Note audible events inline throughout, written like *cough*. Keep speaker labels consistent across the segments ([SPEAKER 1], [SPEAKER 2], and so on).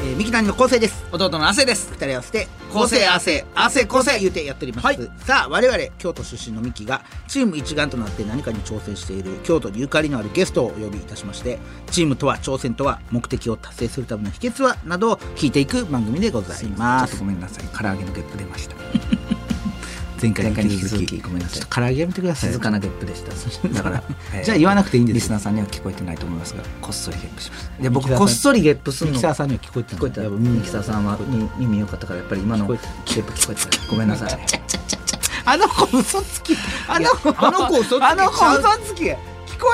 [SPEAKER 1] えー、ミキ谷の構成です
[SPEAKER 2] 弟の汗です。
[SPEAKER 1] 二人合わせて
[SPEAKER 2] 構成
[SPEAKER 1] 汗汗構成言うてやっております、
[SPEAKER 2] はい
[SPEAKER 1] さあ我々京都出身のミキがチーム一丸となって何かに挑戦している京都にゆかりのあるゲストをお呼びいたしましてチームとは挑戦とは目的を達成するための秘訣はなどを聞いていく番組でございま
[SPEAKER 2] ちょっと
[SPEAKER 1] す
[SPEAKER 2] ごめんなさい。唐揚げのゲップ出ました。 *laughs*
[SPEAKER 1] 前回に
[SPEAKER 2] 前回に
[SPEAKER 1] 引き続
[SPEAKER 2] 引き
[SPEAKER 1] き
[SPEAKER 2] 続きごめんなさい
[SPEAKER 1] ちょっと唐揚げやめてください、
[SPEAKER 2] 静かなゲップでした。だ *laughs* から
[SPEAKER 1] じゃあ言わなくていいんですよ
[SPEAKER 2] リスナーさんには聞こえてないと思いますが、こっそりゲップしました。
[SPEAKER 1] ミ
[SPEAKER 2] で、
[SPEAKER 1] キ
[SPEAKER 2] 僕
[SPEAKER 1] サーさん
[SPEAKER 2] こっそりゲップする
[SPEAKER 1] ミ
[SPEAKER 2] の。
[SPEAKER 1] キサーさんには聞こえてた
[SPEAKER 2] 聞こえてた。
[SPEAKER 1] やっぱ
[SPEAKER 2] ミキサーさんは耳耳良かったからやっぱり今の
[SPEAKER 1] 聞こ
[SPEAKER 2] ゲ
[SPEAKER 1] えて
[SPEAKER 2] ップ聞こえてた。ごめんなさい。
[SPEAKER 1] あの子嘘つきあの子
[SPEAKER 2] いやあの子嘘つき
[SPEAKER 1] あの子嘘つき聞こ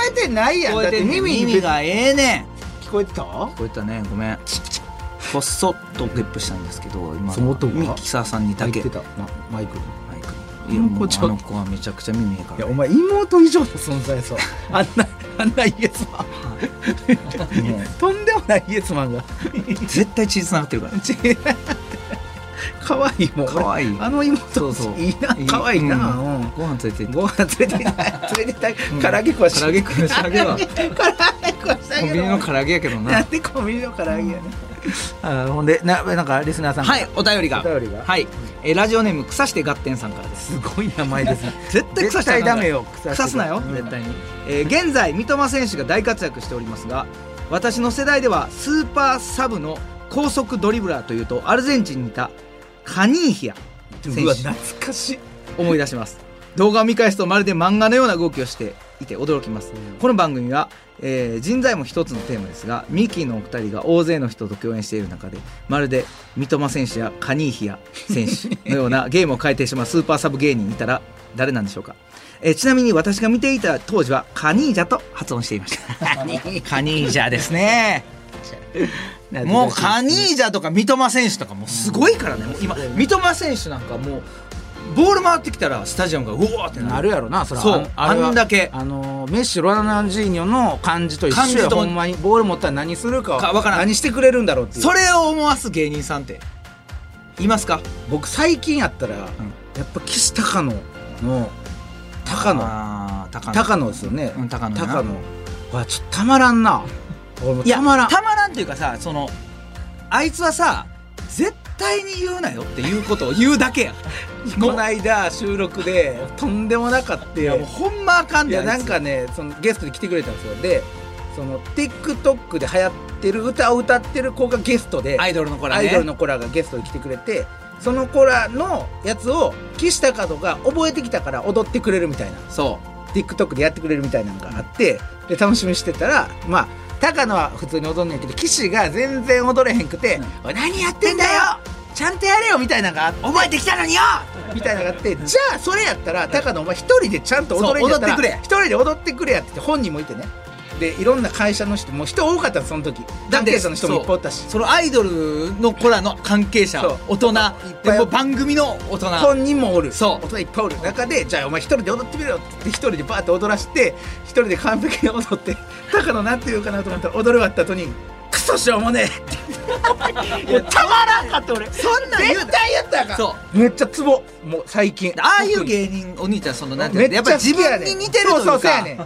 [SPEAKER 1] えてないやんだって耳に
[SPEAKER 2] 耳がええねん。
[SPEAKER 1] 聞こえてた
[SPEAKER 2] 聞こえたね。ごめん。こっそっとゲップしたんですけど、今
[SPEAKER 1] その音が
[SPEAKER 2] ミキサーさんにだ
[SPEAKER 1] 入
[SPEAKER 2] け。
[SPEAKER 1] ってたなマイクに
[SPEAKER 2] マイクにいやもう
[SPEAKER 1] ちょっ
[SPEAKER 2] あ
[SPEAKER 1] と
[SPEAKER 2] の子はめちゃくちゃ耳ええか
[SPEAKER 1] い
[SPEAKER 2] ら
[SPEAKER 1] やお。前妹以上の存在そうあんなあんなイエスマン
[SPEAKER 2] もう
[SPEAKER 1] とんでもないイエスマンが
[SPEAKER 2] 絶対血繋がってるから。
[SPEAKER 1] 可愛いもん
[SPEAKER 2] 可愛い
[SPEAKER 1] あの妹
[SPEAKER 2] そうそう
[SPEAKER 1] いいな可愛いな、
[SPEAKER 2] う
[SPEAKER 1] うん
[SPEAKER 2] んご飯連れて行って
[SPEAKER 1] ご飯連れて行きたい連れて行きたい
[SPEAKER 2] ん
[SPEAKER 1] 唐揚げ食わし
[SPEAKER 2] 唐揚げ食わしてあげろ
[SPEAKER 1] 唐揚げ食わしてあ
[SPEAKER 2] コン
[SPEAKER 1] げ
[SPEAKER 2] ビニの
[SPEAKER 1] ろ
[SPEAKER 2] 唐揚げやけど
[SPEAKER 1] な
[SPEAKER 2] *laughs* なん
[SPEAKER 1] でコンビニの唐揚げやねあーほんでななんかリスナーさん
[SPEAKER 2] はいお便りが
[SPEAKER 1] お便りが
[SPEAKER 2] はいえーラジオネーム草してガッテンさんからです
[SPEAKER 1] すごい名前ですね
[SPEAKER 2] *laughs* 絶対草してあかんか
[SPEAKER 1] 絶
[SPEAKER 2] ら
[SPEAKER 1] 対ダメよ草して
[SPEAKER 2] 腐すなよ、
[SPEAKER 1] うん
[SPEAKER 2] 絶対に、えー現在三笘選手が大活躍しておりますが私の世代ではスーパーサブの高速ドリブラーというとアルゼンチンにいたカニーヒア選
[SPEAKER 1] うわ
[SPEAKER 2] 手
[SPEAKER 1] 懐かしい
[SPEAKER 2] 思い出します動画を見返すとまるで漫画のような動きをしていて驚きます、
[SPEAKER 1] うん
[SPEAKER 2] この番組は、えー人材も一つのテーマですがミッキーのお二人が大勢の人と共演している中でまるで三笘選手やカニーヒア選手のようなゲームを変えて *laughs* しまうスーパーサブ芸人いたら誰なんでしょうか、えーちなみに私が見ていた当時はカニージャと発音していましたカニージャですねもうカニージャとか三笘選手とかもうすごいからね、もう今三笘選手なんかもうボール回ってきたらスタジアムがうおーってな
[SPEAKER 1] な
[SPEAKER 2] る
[SPEAKER 1] るやろなそら
[SPEAKER 2] そう
[SPEAKER 1] あれは
[SPEAKER 2] あんだけ
[SPEAKER 1] あのメッシロナウジーニョの感じと一緒
[SPEAKER 2] 感
[SPEAKER 1] や
[SPEAKER 2] じと
[SPEAKER 1] ほんまにボール持ったら何するか
[SPEAKER 2] かわからん
[SPEAKER 1] 何してくれるんだろうっていう
[SPEAKER 2] それを思わす芸人さんっていますか
[SPEAKER 1] 僕最近やったら、やっぱ岸高野の高野
[SPEAKER 2] あー高野
[SPEAKER 1] 高野ですよね、
[SPEAKER 2] うん高野な
[SPEAKER 1] 高野はちょっとたまらんな俺も
[SPEAKER 2] いや
[SPEAKER 1] たまらん
[SPEAKER 2] たまらんっていうかさそのあいつはさ絶対に言うなよっていうことを言うだけや
[SPEAKER 1] *laughs* この間収録でとんでもなかった
[SPEAKER 2] いや
[SPEAKER 1] よ
[SPEAKER 2] もうほんまあかん
[SPEAKER 1] い
[SPEAKER 2] で
[SPEAKER 1] やなんかねそのゲストで来てくれたんですよでその TikTok で流行ってる歌を歌ってる子がゲストで
[SPEAKER 2] アイドルの子ら
[SPEAKER 1] ア
[SPEAKER 2] ね
[SPEAKER 1] イドルの子らがゲストに来てくれてその子らのやつを岸高野が覚えてきたから踊ってくれるみたいな
[SPEAKER 2] そう
[SPEAKER 1] TikTok でやってくれるみたいなのがあってで楽しみにしてたらまあ高野は普通に踊んねんけど岸が全然踊れへんくて「おい何やってんだよちゃんとやれよ」みたいなのがあって
[SPEAKER 2] 覚えてきたのによ
[SPEAKER 1] みたいなのがあってじゃあそれやったら高野お前一人でちゃんと踊れ
[SPEAKER 2] そう
[SPEAKER 1] やたら
[SPEAKER 2] 踊ってくれ
[SPEAKER 1] 一人で踊ってくれやって言って本人もいてねでいろんな会社の人もう人多かったのその時関
[SPEAKER 2] だって
[SPEAKER 1] 係者の人もいっぱいおったし
[SPEAKER 2] そのアイドルの子らの関係者
[SPEAKER 1] そう
[SPEAKER 2] 大人
[SPEAKER 1] ぱい
[SPEAKER 2] でもう番組の大人
[SPEAKER 1] 本人もおる
[SPEAKER 2] そう
[SPEAKER 1] 大人いっぱいおる中でじゃあお前一人で踊ってみろよって言って一人でバーッと踊らして一人で完璧に踊って高野なんて言うかなと思ったら踊り終わった後に「クソしょうもねえ」っていやたまらんかって俺
[SPEAKER 2] そんなん言う
[SPEAKER 1] 絶対言ったらあかん
[SPEAKER 2] そ
[SPEAKER 1] めっちゃツボもう最近
[SPEAKER 2] ああいう芸人お兄ちゃんそのなんていうのやっぱり自分に似てると
[SPEAKER 1] そ
[SPEAKER 2] いうう
[SPEAKER 1] そう
[SPEAKER 2] か
[SPEAKER 1] そうやねん
[SPEAKER 2] *laughs* チ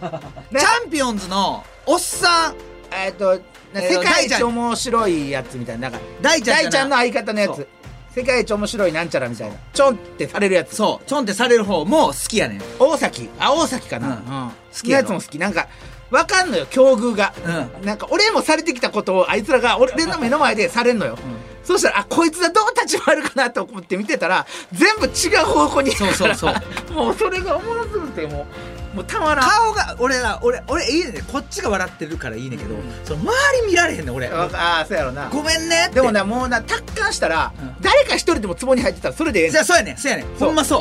[SPEAKER 2] ャンピオンズのおっさん
[SPEAKER 1] えっとな
[SPEAKER 2] えー
[SPEAKER 1] 世界
[SPEAKER 2] 大ちゃ
[SPEAKER 1] 一
[SPEAKER 2] ん
[SPEAKER 1] 面白いやつみたいななんか
[SPEAKER 2] 大ちゃんじゃない
[SPEAKER 1] 大ちゃんの相方のや
[SPEAKER 2] そ
[SPEAKER 1] つ
[SPEAKER 2] う
[SPEAKER 1] 世界一面白いなんちゃらみたいなちょんってされるやつ
[SPEAKER 2] そうちょんってされる方も好きやねん
[SPEAKER 1] 大崎あ大崎かな、
[SPEAKER 2] う
[SPEAKER 1] うん好き
[SPEAKER 2] き
[SPEAKER 1] な
[SPEAKER 2] や
[SPEAKER 1] や
[SPEAKER 2] ろ
[SPEAKER 1] つも好きなんかわかんのよ境遇が、
[SPEAKER 2] う
[SPEAKER 1] なんか俺もされてきたことをあいつらが俺の目の前でされんのよ、そしたらあこいつはどう立ち回るかなと思って見てたら全部違う方向に
[SPEAKER 2] そうそうそう
[SPEAKER 1] *laughs* もうそれがおもろすぎてもうもうたまらん
[SPEAKER 2] 顔が俺ら俺俺いいねこっちが笑ってるからいいねんけど、その周り見られへんねん俺
[SPEAKER 1] わかあーそうやろな
[SPEAKER 2] ごめんねって
[SPEAKER 1] でもなもうな達観したら、
[SPEAKER 2] うん
[SPEAKER 1] 誰か一人でも壺に入ってたらそれでええねん
[SPEAKER 2] じゃあそうやねんそうやねん
[SPEAKER 1] そう
[SPEAKER 2] ほんまそ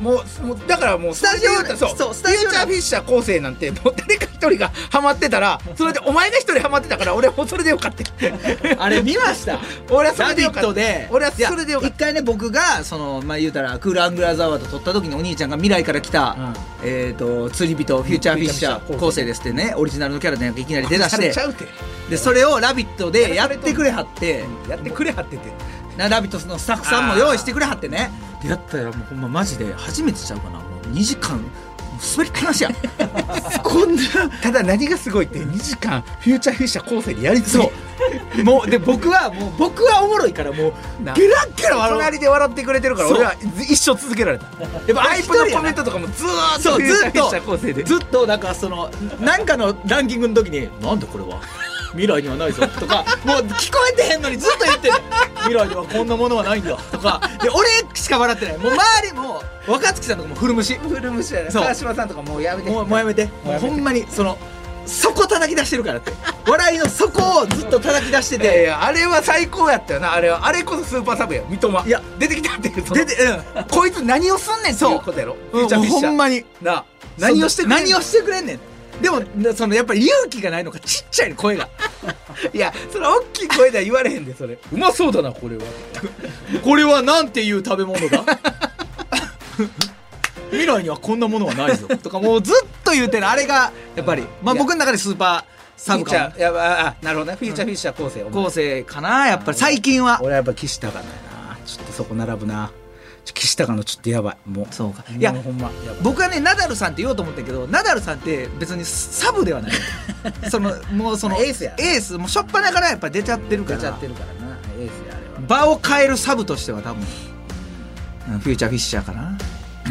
[SPEAKER 2] うもうもうだからもう
[SPEAKER 3] スタジオ
[SPEAKER 2] それで言うたらそ
[SPEAKER 3] そうう
[SPEAKER 2] ス
[SPEAKER 3] ス
[SPEAKER 2] タ
[SPEAKER 3] タ
[SPEAKER 2] ジ
[SPEAKER 3] ジ
[SPEAKER 2] オ
[SPEAKER 3] オ
[SPEAKER 2] フューチャーフィッシャー構成なんてもう誰か一人がハマってたらそれでお前が一人ハマってたから俺はもうそれでよかった *laughs*
[SPEAKER 3] あれ見ました
[SPEAKER 2] 俺 *laughs* はそ
[SPEAKER 3] ラ
[SPEAKER 2] れで
[SPEAKER 3] ビ
[SPEAKER 2] よか
[SPEAKER 3] ッ
[SPEAKER 2] った
[SPEAKER 3] トで
[SPEAKER 2] 俺はそれでよかっ
[SPEAKER 3] いや一回ね僕がそのまあ言うたらクールアングラーズアワード撮った時にお兄ちゃんが未来から来た、
[SPEAKER 2] うん
[SPEAKER 3] えっ、と釣り人フューチャーフィッシャ
[SPEAKER 2] フューチャーフィッシャー
[SPEAKER 3] ー構成ですってねオリジナルのキャラじゃなくていきなり
[SPEAKER 2] た
[SPEAKER 3] 出だし
[SPEAKER 2] され
[SPEAKER 3] て
[SPEAKER 2] ちゃうて
[SPEAKER 3] でそれを「ラビット!」でやってくれはって
[SPEAKER 2] *laughs* やってくれはってて
[SPEAKER 3] なラビットのスタッフさんも用意してくれはってねでやったらもうほんまマジで初めてちゃうかなもう2時間もう滑りっぱなし *laughs* やこんな
[SPEAKER 2] ただ何がすごいって2時間フューチャーフィッシャー構成でやりそう
[SPEAKER 3] そうもうで僕はもう僕はおもろいからもう
[SPEAKER 2] な
[SPEAKER 3] ゲラッゲラ笑う
[SPEAKER 2] 隣で笑ってくれてるから
[SPEAKER 3] そう
[SPEAKER 2] 俺は一生続けられた
[SPEAKER 3] やっぱ
[SPEAKER 2] アイプのコメン
[SPEAKER 3] ト
[SPEAKER 2] トとかもずーっ
[SPEAKER 3] そ
[SPEAKER 2] と
[SPEAKER 3] う
[SPEAKER 2] フューチャーフ
[SPEAKER 3] ずっ
[SPEAKER 2] ィッシャー
[SPEAKER 3] と
[SPEAKER 2] 構成で
[SPEAKER 3] ずっとなんかそのなんかのランキングの時に「なんでこれは未来にはないぞ」とかもう聞こえてへんのにずっと言ってる「未来にはこんなものはないんだ」とかで俺しか笑ってないもう周りも若槻さんとかも古虫
[SPEAKER 2] 古虫やね
[SPEAKER 3] そう
[SPEAKER 2] 川島さんとかもうやめて
[SPEAKER 3] もうもうやめて
[SPEAKER 2] もう
[SPEAKER 3] も
[SPEAKER 2] や
[SPEAKER 3] う
[SPEAKER 2] めて
[SPEAKER 3] ほんまにその底叩き出してるからって笑いの底をずっと叩き出して
[SPEAKER 2] いやい
[SPEAKER 3] て
[SPEAKER 2] やあれは最高やったよなあれはあれこそスーパーサブや三笘
[SPEAKER 3] いや
[SPEAKER 2] 出てきたっていうその
[SPEAKER 3] 出て
[SPEAKER 2] こいつ何をすんねんっていうことやろ
[SPEAKER 3] う
[SPEAKER 2] フュ
[SPEAKER 3] ん、
[SPEAKER 2] ーチャーフィッシャー
[SPEAKER 3] ほんまに
[SPEAKER 2] なあ何をしてくれんねん
[SPEAKER 3] 何をしてくれんねんでもなそのやっぱり勇気がないのかちっちゃいの声が
[SPEAKER 2] いやそれ大きい声では言われへんでそれうまそうだなこれは
[SPEAKER 3] これはなんていう食べ物だ *laughs* 未来にはこんなものはないぞとかもうずっと言うてるあれがやっぱり、まあ、
[SPEAKER 2] いや
[SPEAKER 3] 僕の中でスーパーサブ
[SPEAKER 2] フューチャ
[SPEAKER 3] カ
[SPEAKER 2] ーいやああなるほどねフューチャーフィッシャー構成お前
[SPEAKER 3] 構成かなやっぱり最近は
[SPEAKER 2] 俺はやっぱ岸高のやなちょっとそこ並ぶなちょ岸高のちょっとやばいもう
[SPEAKER 3] そうか
[SPEAKER 2] い
[SPEAKER 3] い
[SPEAKER 2] や
[SPEAKER 3] や
[SPEAKER 2] ほんまやばい
[SPEAKER 3] 僕はねナダルさんって言おうと思ったけどナダルさんって別にサブで
[SPEAKER 2] *laughs*
[SPEAKER 3] はないそのもうその
[SPEAKER 2] エースや
[SPEAKER 3] エースもうしょっぱなからやっぱ出ちゃってるか
[SPEAKER 2] 出
[SPEAKER 3] ら
[SPEAKER 2] ちゃってるからなエースやあれは
[SPEAKER 3] 場を変えるサブとしては多分、うんフューチャーフィッシャーかな
[SPEAKER 2] なる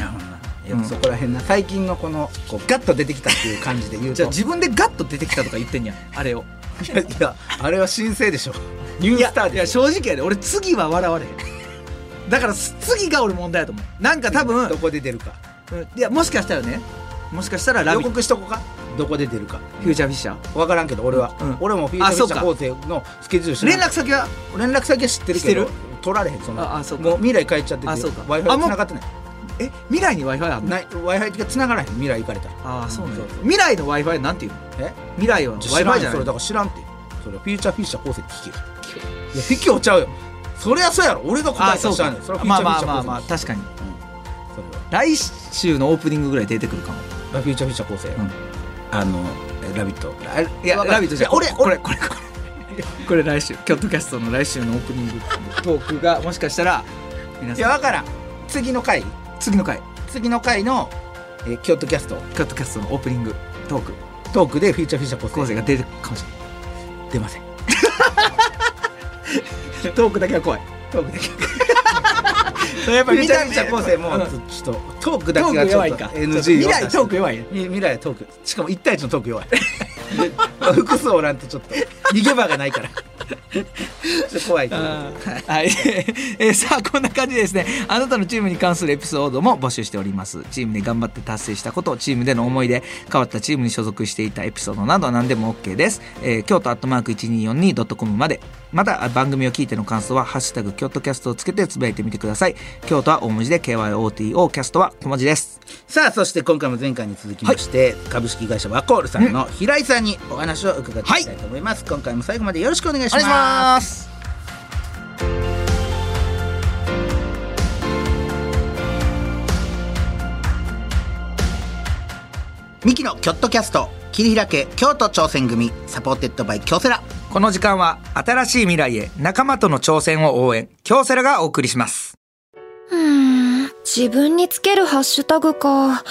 [SPEAKER 2] ほどなやっぱそこら辺な最近のこのこうガッと出てきたっていう感じで言う
[SPEAKER 3] じ
[SPEAKER 2] と
[SPEAKER 3] ゃあ自分でガッと出てきたとか言ってんやあれを
[SPEAKER 2] い *laughs* やいやあれは新生でしょニュー
[SPEAKER 3] いや
[SPEAKER 2] スター
[SPEAKER 3] いや
[SPEAKER 2] でしょ
[SPEAKER 3] 正直やで俺次は笑われへんだからす次が俺問題やと思うなんか多分
[SPEAKER 2] どこで出るか
[SPEAKER 3] うんいやもしかしたらねもしかしたらラ
[SPEAKER 2] 予
[SPEAKER 3] ビット
[SPEAKER 2] 告しとこかどこで出るか
[SPEAKER 3] フューチャーフィッシャー
[SPEAKER 2] 分からんけど俺は、
[SPEAKER 3] うん
[SPEAKER 2] 俺もフィーチャーフィッシャー
[SPEAKER 3] あ
[SPEAKER 2] 構成のスケジュール知ら
[SPEAKER 3] 連
[SPEAKER 2] な
[SPEAKER 3] 絡
[SPEAKER 2] い
[SPEAKER 3] 先は
[SPEAKER 2] 連絡先は知ってるけど
[SPEAKER 3] 知って
[SPEAKER 2] 取られへんそんな
[SPEAKER 3] ああそうか
[SPEAKER 2] もう未来帰っちゃってて
[SPEAKER 3] あそうか
[SPEAKER 2] w i f
[SPEAKER 3] あ
[SPEAKER 2] i
[SPEAKER 3] もう
[SPEAKER 2] 繋がってない
[SPEAKER 3] え未来に w i f i あんの
[SPEAKER 2] ない w i f i が繋がらへん未来行かれたら
[SPEAKER 3] ああそうなん
[SPEAKER 2] そ
[SPEAKER 3] や
[SPEAKER 2] うそう
[SPEAKER 3] 未来の w i f i なんていうの
[SPEAKER 2] え
[SPEAKER 3] 未来は w
[SPEAKER 2] 知
[SPEAKER 3] i
[SPEAKER 2] ら
[SPEAKER 3] f
[SPEAKER 2] ん
[SPEAKER 3] i
[SPEAKER 2] じ
[SPEAKER 3] じ
[SPEAKER 2] ゃ
[SPEAKER 3] ゃ
[SPEAKER 2] それ
[SPEAKER 3] ない
[SPEAKER 2] だから知らんってそれフィーチャーフィッシャー構成って聞けいや卑怯ちゃうよそれはそうやろ俺が答
[SPEAKER 3] あ
[SPEAKER 2] えた
[SPEAKER 3] そ
[SPEAKER 2] ら
[SPEAKER 3] う
[SPEAKER 2] 知ら
[SPEAKER 3] か
[SPEAKER 2] んねんそれはフィー
[SPEAKER 3] まあ
[SPEAKER 2] チャーフィ
[SPEAKER 3] ま
[SPEAKER 2] ッ
[SPEAKER 3] あ
[SPEAKER 2] シャー構成
[SPEAKER 3] まあまあ確かに
[SPEAKER 2] それは
[SPEAKER 3] 来週のオープニングぐらい出てくるかも
[SPEAKER 2] まあフューチャーフィッシャー構成、
[SPEAKER 3] ん
[SPEAKER 2] あのえラビットあ
[SPEAKER 3] いや
[SPEAKER 2] わかる
[SPEAKER 3] ラビットじゃ
[SPEAKER 2] いや俺
[SPEAKER 3] これこれこれこれ来週キョットキャストの来週のオープニングトークがもしかしたら皆
[SPEAKER 2] いや
[SPEAKER 3] さん
[SPEAKER 2] 分からん次の回
[SPEAKER 3] 次の回
[SPEAKER 2] 次の回の、えー、京都キャスト
[SPEAKER 3] キョットキャストのオープニングトーク
[SPEAKER 2] トークでフューチャーフィッシャー構
[SPEAKER 3] 構
[SPEAKER 2] 成
[SPEAKER 3] 成
[SPEAKER 2] が
[SPEAKER 3] が出るかもしれ
[SPEAKER 2] 出ま
[SPEAKER 3] *laughs*
[SPEAKER 2] せん
[SPEAKER 3] ないトークだけは怖い
[SPEAKER 2] トークだけフ
[SPEAKER 3] *laughs* やっ
[SPEAKER 2] ューチャーフィッシャー構成もちょっとトークだ
[SPEAKER 3] ト
[SPEAKER 2] け
[SPEAKER 3] ー
[SPEAKER 2] が
[SPEAKER 3] ク
[SPEAKER 2] ちょ
[SPEAKER 3] 弱
[SPEAKER 2] っ
[SPEAKER 3] い
[SPEAKER 2] と
[SPEAKER 3] か
[SPEAKER 2] NG
[SPEAKER 3] 未来トーク弱い
[SPEAKER 2] み未来はトークしかも1対1のトーク弱い複数おらんとちょっと逃げ場がないからちょっと怖いけど
[SPEAKER 3] はい、 *laughs* えーさあこんな感じでですねあなたのチームに関するエピソードも募集しておりますチームで頑張って達成したことチームでの思い出変わったチームに所属していたエピソードなどは何でも OK です、えー、京都アットマーク 1242.com までまた番組を聞いての感想は「ハッシュタグ京都キャスト」をつけてつぶやいてみてください京都は大文字で KYOTO キャストは小文字です
[SPEAKER 2] さあそして今回も前回に続きまして、株式会社ワコールさんの平井さんにお話を伺っていきたいと思います、今回も最後までよろしくお願いします
[SPEAKER 3] す
[SPEAKER 2] ミキのキョットキャスト切り開け京都挑戦組サポーテッドバイ京セラ
[SPEAKER 3] この時間は新しい未来へ仲間との挑戦を応援京セラがお送りします
[SPEAKER 4] うーん自分につけるハッシュタグか。ハ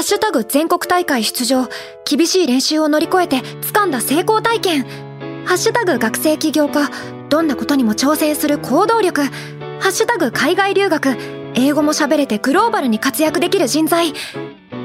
[SPEAKER 4] ッシュタグ全国大会出場。厳しい練習を乗り越えて掴んだ成功体験。ハッシュタグ学生起業家。どんなことにも挑戦する行動力。ハッシュタグ海外留学。英語も喋れてグローバルに活躍できる人材。って、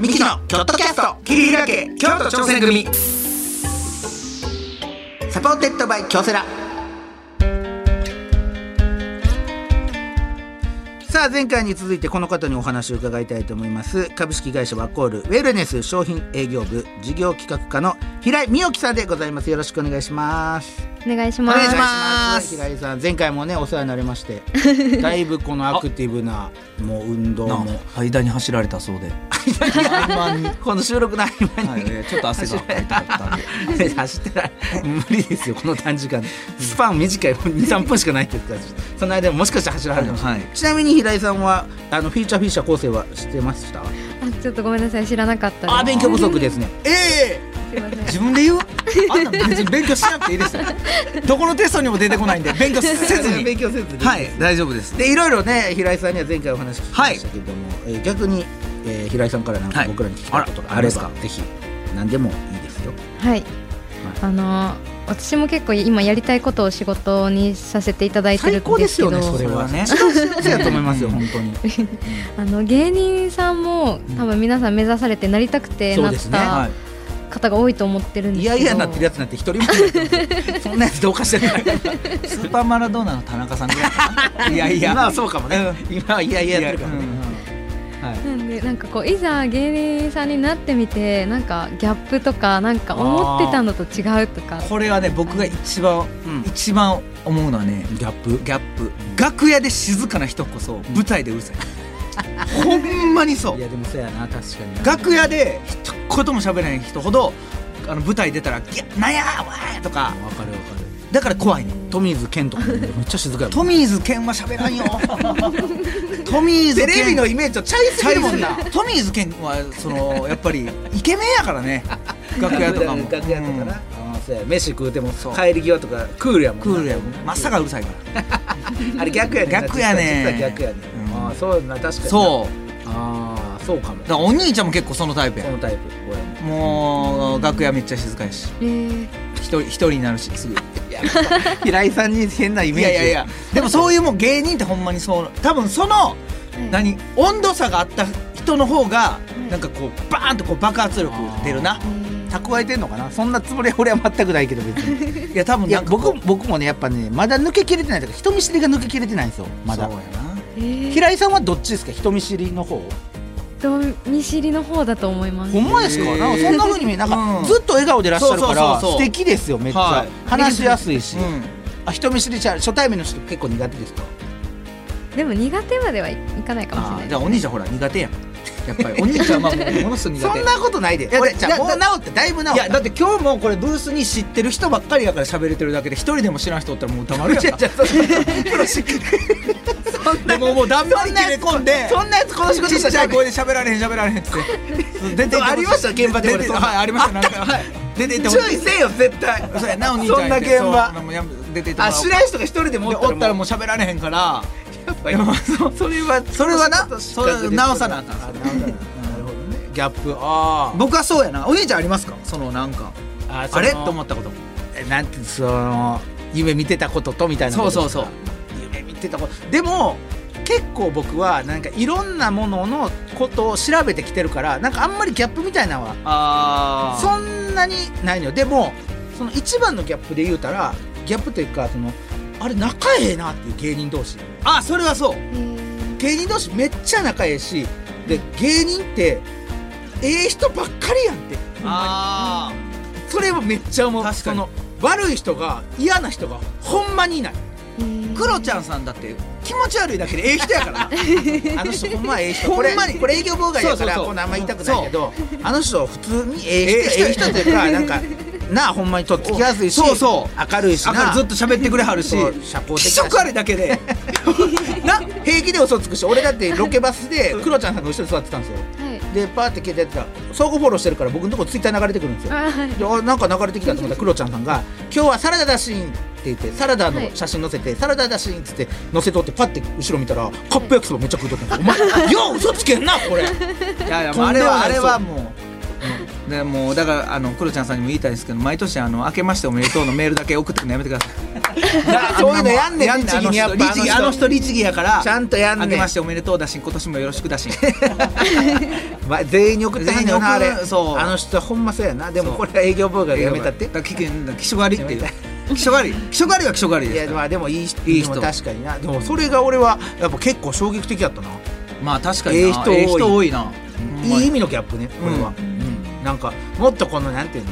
[SPEAKER 2] ミキの京都キャスト切り開け京都挑戦組サポーテッドバイ京セラさあ前回に続いてこの方にお話を伺いたいと思います株式会社ワコールウェルネス商品営業部事業企画課の平井美樹さんでございますよろしくお願いします
[SPEAKER 5] お願いします
[SPEAKER 2] お願いします平井さん前回もねお世話になりましてだいぶこのアクティブなもう運動
[SPEAKER 3] な
[SPEAKER 2] も
[SPEAKER 3] 間に走られたそうで、
[SPEAKER 2] この収録の合間に、
[SPEAKER 3] はいえーちょっと汗がかいたかったんで
[SPEAKER 2] 走ってない無理ですよこの短時間でスパン短い23分しかないですからその間ももしかしたら走られるかもしれない、
[SPEAKER 3] はい
[SPEAKER 2] ちなみに平井さんはあのフィーチャーフィッシャー構成は知ってました
[SPEAKER 5] あちょっとごめんなさい知らなかった
[SPEAKER 2] あ
[SPEAKER 5] で
[SPEAKER 2] 勉強不足ですねえ
[SPEAKER 5] すすいません
[SPEAKER 3] 自分で言うあんな別に勉強しなくていいですよどこのテストにも出てこないんで勉強せ
[SPEAKER 2] え
[SPEAKER 3] ずに
[SPEAKER 2] 勉強せずに
[SPEAKER 3] はい大丈夫です
[SPEAKER 2] でいろいろね平井さんには前回お話聞きましたけども、えー逆に、えー平井さんからなんか
[SPEAKER 3] はい
[SPEAKER 2] 僕らに聞きたいことがあれば、
[SPEAKER 3] あらあり
[SPEAKER 2] ぜひ何でもいいですよ
[SPEAKER 5] はいあの私も結構今やりたいことを仕事にさせていただいて
[SPEAKER 2] 最
[SPEAKER 5] るん
[SPEAKER 2] 高で
[SPEAKER 5] ですす
[SPEAKER 2] よ
[SPEAKER 5] け
[SPEAKER 2] ね
[SPEAKER 5] ど
[SPEAKER 2] それはね
[SPEAKER 3] そ
[SPEAKER 2] そうやと思いますよ本当に
[SPEAKER 5] あの芸人さんも多分皆さん目指されてなりたくて
[SPEAKER 2] そう
[SPEAKER 5] なっ
[SPEAKER 2] ですね
[SPEAKER 5] た方が多いと思ってるんで
[SPEAKER 2] い
[SPEAKER 5] すけ
[SPEAKER 2] や
[SPEAKER 5] ど
[SPEAKER 2] いやなってるやつなんて一人もいないそんなやつどうかしてる
[SPEAKER 3] スーパーマラドーナの田中さんぐらいかないやいや
[SPEAKER 2] 今はそうかもね、今はいやいややってるからね、
[SPEAKER 5] なんでなんかこういざ芸人さんになってみてなんかギャップとかなんか思ってたのと違うとか
[SPEAKER 3] これはね僕が一番、
[SPEAKER 2] うん
[SPEAKER 3] 一番思うのはね
[SPEAKER 2] ギャップ
[SPEAKER 3] ギャップ楽屋で静かな人こそ舞台でうるさ
[SPEAKER 2] *laughs*
[SPEAKER 3] い、ほんまにそう
[SPEAKER 2] いやでもそうやな確かに
[SPEAKER 3] 楽屋で一言も喋れない人ほどあの舞台出たら「いやなんやわー!」とか
[SPEAKER 2] わかるわかる
[SPEAKER 3] だから怖いね
[SPEAKER 2] 富水健とかもめっちゃ静かやも
[SPEAKER 3] ト
[SPEAKER 2] ん
[SPEAKER 3] ミーズ健は喋
[SPEAKER 2] *laughs*
[SPEAKER 3] らんよトミー
[SPEAKER 2] テ
[SPEAKER 3] ズ健
[SPEAKER 2] レビのイメージとちゃいす
[SPEAKER 3] ち
[SPEAKER 2] ぎ
[SPEAKER 3] ゃい
[SPEAKER 2] る
[SPEAKER 3] も
[SPEAKER 2] も
[SPEAKER 3] ん
[SPEAKER 2] ん
[SPEAKER 3] な
[SPEAKER 2] な
[SPEAKER 3] *laughs* トミーズ健はそのやっぱりイケメンやか
[SPEAKER 2] *laughs*
[SPEAKER 3] らね楽屋とかも
[SPEAKER 2] 楽屋とか
[SPEAKER 3] うん
[SPEAKER 2] な、あーそうや飯食うても
[SPEAKER 3] そう
[SPEAKER 2] 帰り際とかクールやもんな
[SPEAKER 3] クールやもんまっさかうるさいから
[SPEAKER 2] あれ逆やねんな
[SPEAKER 3] 逆やねん
[SPEAKER 2] 実は逆やねん、
[SPEAKER 3] うん
[SPEAKER 2] ああそうやな確かにな
[SPEAKER 3] そう
[SPEAKER 2] ああそうかも
[SPEAKER 3] だからお兄ちゃんも結構そのタイプ
[SPEAKER 2] こ
[SPEAKER 3] や
[SPEAKER 2] のタイプ俺も
[SPEAKER 3] もう楽屋めっちゃ静かやし
[SPEAKER 5] えー
[SPEAKER 3] 一人一人になるしすぐ
[SPEAKER 2] 平井さんに変なイ
[SPEAKER 3] いやいやいやでもそういうもう芸人ってほんまにそう多分その、何温度差があった人の方が、なんかこうバーンとこう爆発力出るな
[SPEAKER 2] 蓄えてんのかなそんなつもりは俺は全く *laughs* ないけど別に
[SPEAKER 3] いや多分
[SPEAKER 2] いや
[SPEAKER 3] なんかこ
[SPEAKER 2] 僕
[SPEAKER 3] う
[SPEAKER 2] 僕もねやっぱねまだ抜けきれてないというか人見知りが抜けきれてないんですよまだ
[SPEAKER 3] そうやな
[SPEAKER 5] えー
[SPEAKER 2] 平井さんはどっちですか人見知りの方
[SPEAKER 5] 人見知りの方だと思います
[SPEAKER 2] ほんまですか
[SPEAKER 3] へー
[SPEAKER 2] なんかそんな風に見えなんか、
[SPEAKER 3] うん
[SPEAKER 2] ずっと笑顔でいらっしゃるから
[SPEAKER 3] そうそうそうそう
[SPEAKER 2] 素敵ですよめっちゃ、
[SPEAKER 3] はい
[SPEAKER 2] 話しやすいし、
[SPEAKER 3] うん
[SPEAKER 2] あ人見知りちゃう初対面の人結構苦手ですか
[SPEAKER 5] でも苦手まではいかないかもしれ
[SPEAKER 3] あ
[SPEAKER 5] な
[SPEAKER 3] ー
[SPEAKER 5] い
[SPEAKER 3] じゃあお兄ちゃんほら苦手やんやっぱりお兄ちゃんはもうものすごい苦
[SPEAKER 2] そ
[SPEAKER 3] 手
[SPEAKER 2] んなことないで
[SPEAKER 3] いや
[SPEAKER 2] 俺じゃあ
[SPEAKER 3] だ
[SPEAKER 2] もう治ってだいぶ治っ
[SPEAKER 3] い
[SPEAKER 2] た
[SPEAKER 3] やだって今日もこれブースに知ってる人ばっかりやから喋れてるだけで一人でも知らん人おったらもう黙るやんかでももうだんだん切れ込んで
[SPEAKER 2] *laughs* そんなやつこの仕事
[SPEAKER 3] ち
[SPEAKER 2] し
[SPEAKER 3] っ
[SPEAKER 2] か
[SPEAKER 3] ちゃい声で喋られへん喋られへんっつって出
[SPEAKER 2] *laughs*
[SPEAKER 3] て行っ
[SPEAKER 2] あ
[SPEAKER 3] てほしい
[SPEAKER 2] りました現場で俺
[SPEAKER 3] 出て
[SPEAKER 2] そんな
[SPEAKER 3] はいありましたなんかはい出て行ってほし
[SPEAKER 2] 注意せよ絶対
[SPEAKER 3] そうやなお兄ちゃん
[SPEAKER 2] そんな現場
[SPEAKER 3] そうもうやめ出て行ってもらお
[SPEAKER 2] あ
[SPEAKER 3] う
[SPEAKER 2] 知らん人が一人でも
[SPEAKER 3] で
[SPEAKER 2] おったら
[SPEAKER 3] おったら
[SPEAKER 2] も
[SPEAKER 3] もう喋られへんから
[SPEAKER 2] うやっぱりそれは
[SPEAKER 3] *laughs* それはなそれは直さなあかん
[SPEAKER 2] あ直さなあかんなるほどね
[SPEAKER 3] ギャップ
[SPEAKER 2] あー
[SPEAKER 3] 僕はそうやなお兄ちゃんありますかそのなんか
[SPEAKER 2] あ
[SPEAKER 3] あ
[SPEAKER 2] あ
[SPEAKER 3] れ
[SPEAKER 2] れ
[SPEAKER 3] と
[SPEAKER 2] と思
[SPEAKER 3] 思
[SPEAKER 2] っ
[SPEAKER 3] ったこと
[SPEAKER 2] てなんてその夢見てたこととみたいなことですか
[SPEAKER 3] そうそう
[SPEAKER 2] 夢見てたことでも結構僕はなんかいろんなもののことを調べてきてるからなんかあんまりギャップみたいなのは
[SPEAKER 3] あ
[SPEAKER 2] そんなにないのよでもその一番のギャップで言うたらギャップというかそのあれ仲ええなっていう芸人同士
[SPEAKER 3] あそれはそう
[SPEAKER 5] えー
[SPEAKER 2] 芸人同士めっちゃ仲ええしで芸人ってええ人ばっかりやんって
[SPEAKER 3] あ
[SPEAKER 2] それはめっちゃ思う
[SPEAKER 3] 確か
[SPEAKER 2] そ
[SPEAKER 3] に
[SPEAKER 2] の悪い人が嫌な人がほんまにいない
[SPEAKER 5] えー
[SPEAKER 3] クロちゃんさんだって気持ち悪いだけでええ人やからな
[SPEAKER 2] *laughs* あの人ほんまええ人
[SPEAKER 3] ほ
[SPEAKER 2] これ
[SPEAKER 3] んまに
[SPEAKER 2] これ営業妨害やか
[SPEAKER 3] そうそう
[SPEAKER 2] ら
[SPEAKER 3] そう
[SPEAKER 2] こんなあんま言いたくないけどあの人普通にええ人
[SPEAKER 3] え
[SPEAKER 2] え
[SPEAKER 3] え
[SPEAKER 2] え
[SPEAKER 3] 人
[SPEAKER 2] 人というかなんかなあほんまにとっつきやすいし
[SPEAKER 3] そうそ
[SPEAKER 2] 明るいし
[SPEAKER 3] あか
[SPEAKER 2] なん
[SPEAKER 3] ずっと喋ってくれはるし
[SPEAKER 2] そう社交的だし
[SPEAKER 3] 気色悪いだけで
[SPEAKER 2] な平気で嘘つくし俺だってロケバスでクロちゃんさんが後ろに座ってたんですよ
[SPEAKER 5] はい
[SPEAKER 2] でパーって携帯やってたら相互フォローしてるから僕のとこツイッター流れてくるんですよ
[SPEAKER 5] あはい
[SPEAKER 2] であなんか流れてきたと思ったらクロちゃんさんが「今日はサラダだしん」って言ってサラダの写真載せて「サラダだしん」っつって載せとってパッて後ろ見たらカップ焼きそばめっちゃ食うとったんですよお前 *laughs* よう嘘つけんなこれ
[SPEAKER 3] いやいや
[SPEAKER 2] とんでもない
[SPEAKER 3] あれはあれ
[SPEAKER 2] そう
[SPEAKER 3] はもう *laughs* でもうだからあのクロちゃんさんにも言いたいですけど毎年あの「明けましておめでとう」のメールだけ送ってくるのやめてくださ
[SPEAKER 2] *laughs*
[SPEAKER 3] い
[SPEAKER 2] そういうのやんねん
[SPEAKER 3] やんねん
[SPEAKER 2] 律儀にやっぱ
[SPEAKER 3] あの人律儀あの人律儀やから
[SPEAKER 2] ちゃんとやんね
[SPEAKER 3] あ
[SPEAKER 2] ん
[SPEAKER 3] けましておめでとうだしん今年もよろしくだ *laughs* しん
[SPEAKER 2] ま全員に送ってはんねんよなあ
[SPEAKER 3] 全員に送る
[SPEAKER 2] れ
[SPEAKER 3] そう
[SPEAKER 2] あの人はほんまそうやなでも
[SPEAKER 3] そう
[SPEAKER 2] これは営業妨害でやめたって
[SPEAKER 3] だから聞け *laughs* んだ気色悪いっていう
[SPEAKER 2] や
[SPEAKER 3] 気色悪い気色悪いは気色悪い
[SPEAKER 2] い
[SPEAKER 3] です
[SPEAKER 2] や
[SPEAKER 3] か
[SPEAKER 2] ま
[SPEAKER 3] ら
[SPEAKER 2] あでもいい人
[SPEAKER 3] いい人
[SPEAKER 2] でも確かになでもそれが俺はやっぱ結構衝撃的やったな
[SPEAKER 3] まあ確かにな
[SPEAKER 2] ええ人多い
[SPEAKER 3] ええ人多いなほんま
[SPEAKER 2] いい
[SPEAKER 3] に
[SPEAKER 2] 意味のギャップねこれは、
[SPEAKER 3] う
[SPEAKER 2] うんなんかもっとこのなんていうの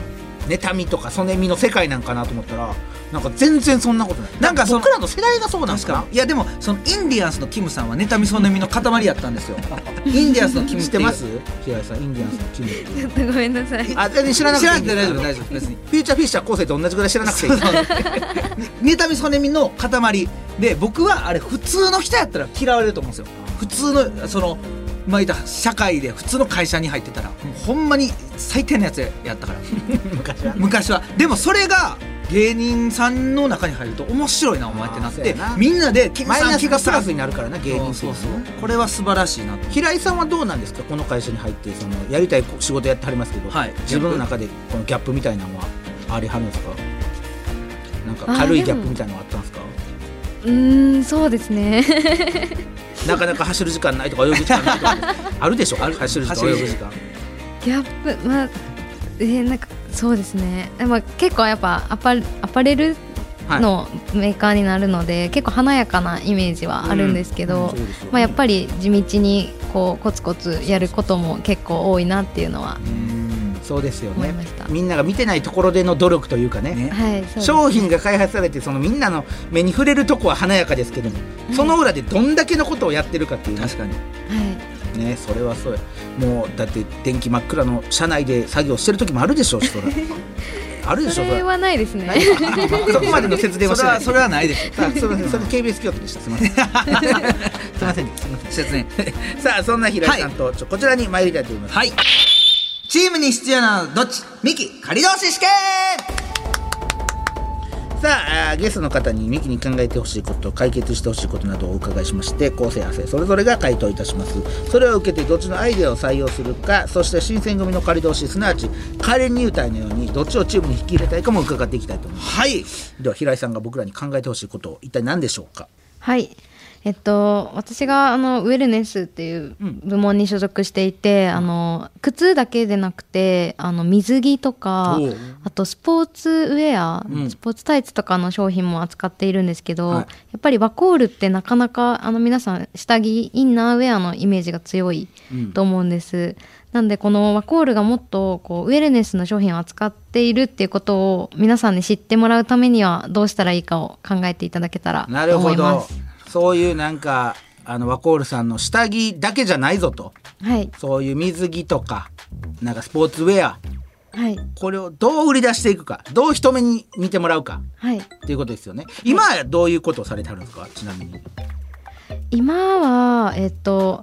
[SPEAKER 2] 妬みとかそねみの世界なんかなと思ったらなんか全然そんなことない
[SPEAKER 3] なんかその
[SPEAKER 2] 僕らの世代がそうなん
[SPEAKER 3] 確
[SPEAKER 2] か
[SPEAKER 3] か
[SPEAKER 2] な
[SPEAKER 3] にいやでもそのインディアンスのキムさんは妬みそねみの塊やったんで
[SPEAKER 2] *laughs*
[SPEAKER 3] すよインディアンスのキム
[SPEAKER 2] 知
[SPEAKER 3] っ
[SPEAKER 2] ってて
[SPEAKER 3] いう
[SPEAKER 2] ます平井さんインディアンスのチームって
[SPEAKER 5] ちょっとごめんなさい。
[SPEAKER 2] あ全然知らなくて
[SPEAKER 3] 知
[SPEAKER 2] いい
[SPEAKER 3] らなくて大丈夫大丈夫別に
[SPEAKER 2] フューチャーフィッシャー構成と同じぐらい知らなくていい
[SPEAKER 3] 妬みそねみの塊で僕はあれ普通の人やったら嫌われると思うんですよ普通のそのまあ言ったら社会で普通の会社に入ってたらもうほんまに最低なやつやったから
[SPEAKER 2] *laughs* 昔は
[SPEAKER 3] 昔はでもそれが芸人さんの中に入ると面白いなお前ってなっ
[SPEAKER 2] あーそ
[SPEAKER 3] て
[SPEAKER 2] うやな
[SPEAKER 3] みんなでキム
[SPEAKER 2] マイ
[SPEAKER 3] さん
[SPEAKER 2] ナス
[SPEAKER 3] キム
[SPEAKER 2] がプ
[SPEAKER 3] さ
[SPEAKER 2] ラ
[SPEAKER 3] ん
[SPEAKER 2] スになるからな芸人生
[SPEAKER 3] そうそうそうこれは素晴らしいなと
[SPEAKER 2] 平井さんはどうなんですかこの会社に入ってそのやりたい仕事やってはりますけど、
[SPEAKER 3] はい
[SPEAKER 2] 自分の中でこのギャップみたいなのはありはるんですかなんか軽いギャップみたいなのはあったんですか
[SPEAKER 5] うーん、そうですね。 *laughs*
[SPEAKER 2] なかなか走る時間ないとか泳ぐ時間ないと
[SPEAKER 3] *laughs*
[SPEAKER 2] かあるでしょ走る時間
[SPEAKER 3] 走る
[SPEAKER 2] 泳ぐ時間
[SPEAKER 5] ギャップ、まあ、えー、なんか、そうですね。でも、結構やっぱ、アパレ、アパレル。のメーカーになるので、結構華やかなイメージはあるんですけど、
[SPEAKER 2] そうですよ
[SPEAKER 5] まあ、やっぱり地道にこうコツコツやることも結構多いなっていうのは、
[SPEAKER 2] うんそうですよ
[SPEAKER 5] 思
[SPEAKER 2] ね
[SPEAKER 5] いました
[SPEAKER 2] みんなが見てないところでの努力というかね
[SPEAKER 3] ね
[SPEAKER 5] はいそうです
[SPEAKER 2] 商品が開発されてそのみんなの目に触れるとこは華やかですけどもその裏でどんだけのことをやってるかっていうね
[SPEAKER 3] 確かに
[SPEAKER 5] は
[SPEAKER 2] ねそれはそうやもうだって電気真っ暗の車内で作業してる時もあるでしょうしそれあるで
[SPEAKER 5] い、
[SPEAKER 2] し
[SPEAKER 5] そ
[SPEAKER 2] ょそれ
[SPEAKER 5] れはないですね。
[SPEAKER 2] そこまでの節電はし
[SPEAKER 3] *laughs* そ
[SPEAKER 2] て
[SPEAKER 3] れ
[SPEAKER 2] ない
[SPEAKER 3] はそれはないでしょ
[SPEAKER 2] さあすみませんそれ KBS 京都でしたすみませんすみませんすみません
[SPEAKER 3] 説明
[SPEAKER 2] さあそんな平井さんと、ちょこちらに参りたいと思います
[SPEAKER 3] *laughs* はいチームに必要なのはどっちミキ仮同士試験
[SPEAKER 2] さああーゲストの方にミキに考えてほしいこと解決してほしいことなどをお伺いしまして構成派生それぞれが回答いたしますそれを受けてどっちのアイデアを採用するかそして新選組の仮同士すなわち仮入隊のようにどっちをチームに引き入れたいかも伺っていきたいと思います
[SPEAKER 3] はい
[SPEAKER 2] では平井さんが僕らに考えてほしいこと一体何でしょうか
[SPEAKER 5] はい。えっと、私があのウェルネスっていう部門に所属していて、あの靴だけでなくてあの水着とか
[SPEAKER 2] おう
[SPEAKER 5] あとスポーツウェア、
[SPEAKER 2] うん
[SPEAKER 5] スポーツタイツとかの商品も扱っているんですけど、
[SPEAKER 2] はい
[SPEAKER 5] やっぱりワコールってなかなかあの皆さん下着インナーウェアのイメージが強いと思うんです。なんでこのワコールがもっとこうウェルネスの商品を扱っているっていうことを皆さんに知ってもらうためにはどうしたらいいかを考えていただけたら
[SPEAKER 2] なる
[SPEAKER 5] と思
[SPEAKER 2] ほ
[SPEAKER 5] いま
[SPEAKER 2] ど
[SPEAKER 5] す。
[SPEAKER 2] そういうなんかあのワコールさんの下着だけじゃないぞと
[SPEAKER 5] はい
[SPEAKER 2] そういう水着とかなんかスポーツウェア
[SPEAKER 5] はい
[SPEAKER 2] これをどう売り出していくかどう人目に見てもらうか
[SPEAKER 5] はい
[SPEAKER 2] っていうことですよね今はどういうことをされてはるんですかちなみに
[SPEAKER 5] 今はえっと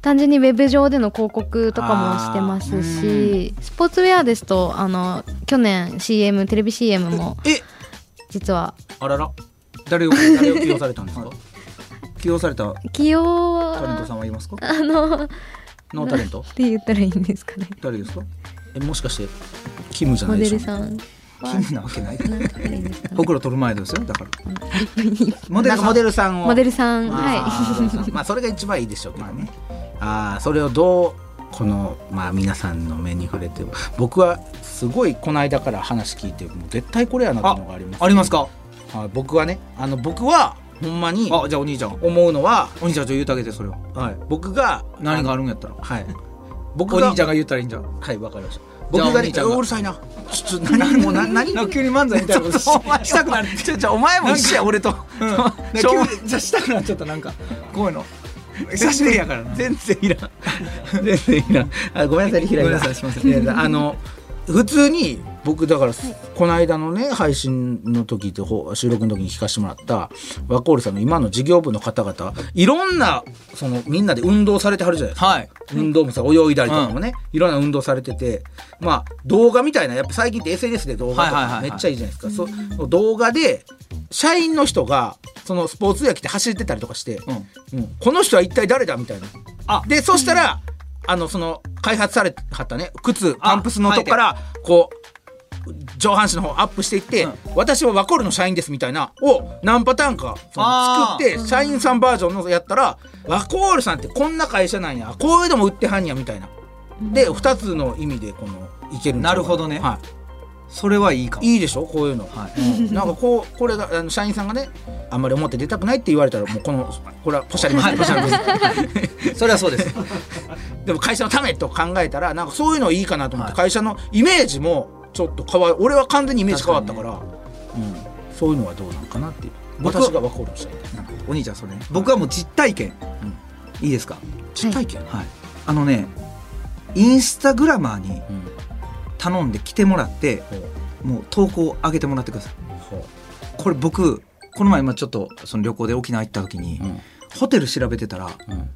[SPEAKER 5] 単純にウェブ上での広告とかもしてますしスポーツウェアですとあの去年 CM テレビ CM も
[SPEAKER 2] え
[SPEAKER 5] 実は
[SPEAKER 2] あらら
[SPEAKER 3] 誰を
[SPEAKER 2] 誰
[SPEAKER 3] *laughs*
[SPEAKER 2] を起用されたんですか
[SPEAKER 3] 起用された
[SPEAKER 5] 起用
[SPEAKER 3] タレントさ
[SPEAKER 5] は
[SPEAKER 3] んはいますか
[SPEAKER 5] あのっ
[SPEAKER 2] ノータレント
[SPEAKER 5] て言ったらいいんですかね
[SPEAKER 3] 誰ですか
[SPEAKER 2] えもしかしてキムじゃな
[SPEAKER 5] モ
[SPEAKER 2] いで
[SPEAKER 5] デ
[SPEAKER 2] しょ
[SPEAKER 5] ルさん
[SPEAKER 3] キ
[SPEAKER 5] は
[SPEAKER 3] ムなわけ *laughs* ない
[SPEAKER 5] なんて言ったらいいんですかね
[SPEAKER 3] ほくろ取る前ですよだからモ
[SPEAKER 2] モ
[SPEAKER 3] デ
[SPEAKER 2] デ
[SPEAKER 3] ル
[SPEAKER 2] ル
[SPEAKER 3] さん
[SPEAKER 2] モデルさんを
[SPEAKER 5] モデルさんは
[SPEAKER 2] あーまあそれが一番いいでしょうけどね。ああそれをどうこのまあ皆さんの目に触れて僕はすごいこの間から話聞いてもう絶対これやなっていうのがあります。
[SPEAKER 3] ありますか
[SPEAKER 2] はい僕はねあの僕はほんまに
[SPEAKER 3] あじゃあお兄ちゃん
[SPEAKER 2] 思うのは、
[SPEAKER 3] お兄ちゃんちょっと言うてあげてそれは
[SPEAKER 2] はい、僕が
[SPEAKER 3] 何があるんやったら *laughs*
[SPEAKER 2] はい
[SPEAKER 3] お
[SPEAKER 2] 僕が
[SPEAKER 3] 兄ちゃんが言ったらいいんじゃん
[SPEAKER 2] はいわかりました。
[SPEAKER 3] じ
[SPEAKER 2] 僕
[SPEAKER 3] ゃあ
[SPEAKER 2] が
[SPEAKER 3] お兄
[SPEAKER 2] ね
[SPEAKER 3] ちゃんが
[SPEAKER 2] うるさいな。ちょっと何もうな何
[SPEAKER 3] なんか急に漫才みたい *laughs* なこと
[SPEAKER 2] ちょっとお前
[SPEAKER 3] したくなるちょちょお前
[SPEAKER 2] もう一緒や
[SPEAKER 3] 俺と *laughs*
[SPEAKER 2] しょう
[SPEAKER 3] 急にじゃあしたくなっちゃったなんかこういうの久しぶりやからな
[SPEAKER 2] 全然いらん全然いらんあごめんなさい平井
[SPEAKER 3] ごめんなさいすいません
[SPEAKER 2] 平井さあの普通に僕だからこの間のね配信の時とほ収録の時に聞かせてもらったワコールさんの今の事業部の方々いろんなそのみんなで運動されてはるじゃないですか
[SPEAKER 3] はい
[SPEAKER 2] 運動もさ泳いだりとかもね、いろんな運動されててまあ動画みたいなやっぱ最近って SNS で動画と
[SPEAKER 3] はいはいはい
[SPEAKER 2] か
[SPEAKER 3] はい
[SPEAKER 2] めっちゃいいじゃないですか、その動画で社員の人がそのスポーツウェア着て走ってたりとかして、うんこの人は一体誰だみたいな
[SPEAKER 3] あ
[SPEAKER 2] でそしたら、あのその開発されはったね靴
[SPEAKER 3] あ
[SPEAKER 2] パンプスのとこからこう上半身の方アップしていって、私はワコールの社員ですみたいなを何パターンかその
[SPEAKER 3] あー
[SPEAKER 2] 作って社員さんバージョンのやったらワコールさんってこんな会社なんやこういうのも売ってはんやみたいなで2つの意味でこのいけるんちゃうか
[SPEAKER 3] なるほどね
[SPEAKER 2] は
[SPEAKER 3] それはいいかも
[SPEAKER 2] い、いいでしょこういうの、
[SPEAKER 3] はい
[SPEAKER 2] うんなんかこうこれがあの社員さんがねあんまり表出たくないって言われたらもうこのこれはポシャりますねポシャります
[SPEAKER 3] それはそうです
[SPEAKER 2] でも会社のためと考えたらなんかそういうのいいかなと思って、会社のイメージもちょっと変わる俺は完全にイメージ変わったからうん、そういうのはどうなのかなっていう
[SPEAKER 3] 僕は
[SPEAKER 2] 私がワコールしたいな
[SPEAKER 3] お兄ちゃんそれね僕はもう実体験、いいですか
[SPEAKER 2] 実体験、
[SPEAKER 3] はいあのねインスタグラマーに
[SPEAKER 2] うん
[SPEAKER 3] 頼んで来てもらって
[SPEAKER 2] ほう
[SPEAKER 3] もう投稿を上げてもらってください
[SPEAKER 2] ほ
[SPEAKER 3] これ僕この前今ちょっとその旅行で沖縄行った時に、
[SPEAKER 2] ううん
[SPEAKER 3] ホテル調べてたらこ
[SPEAKER 2] うん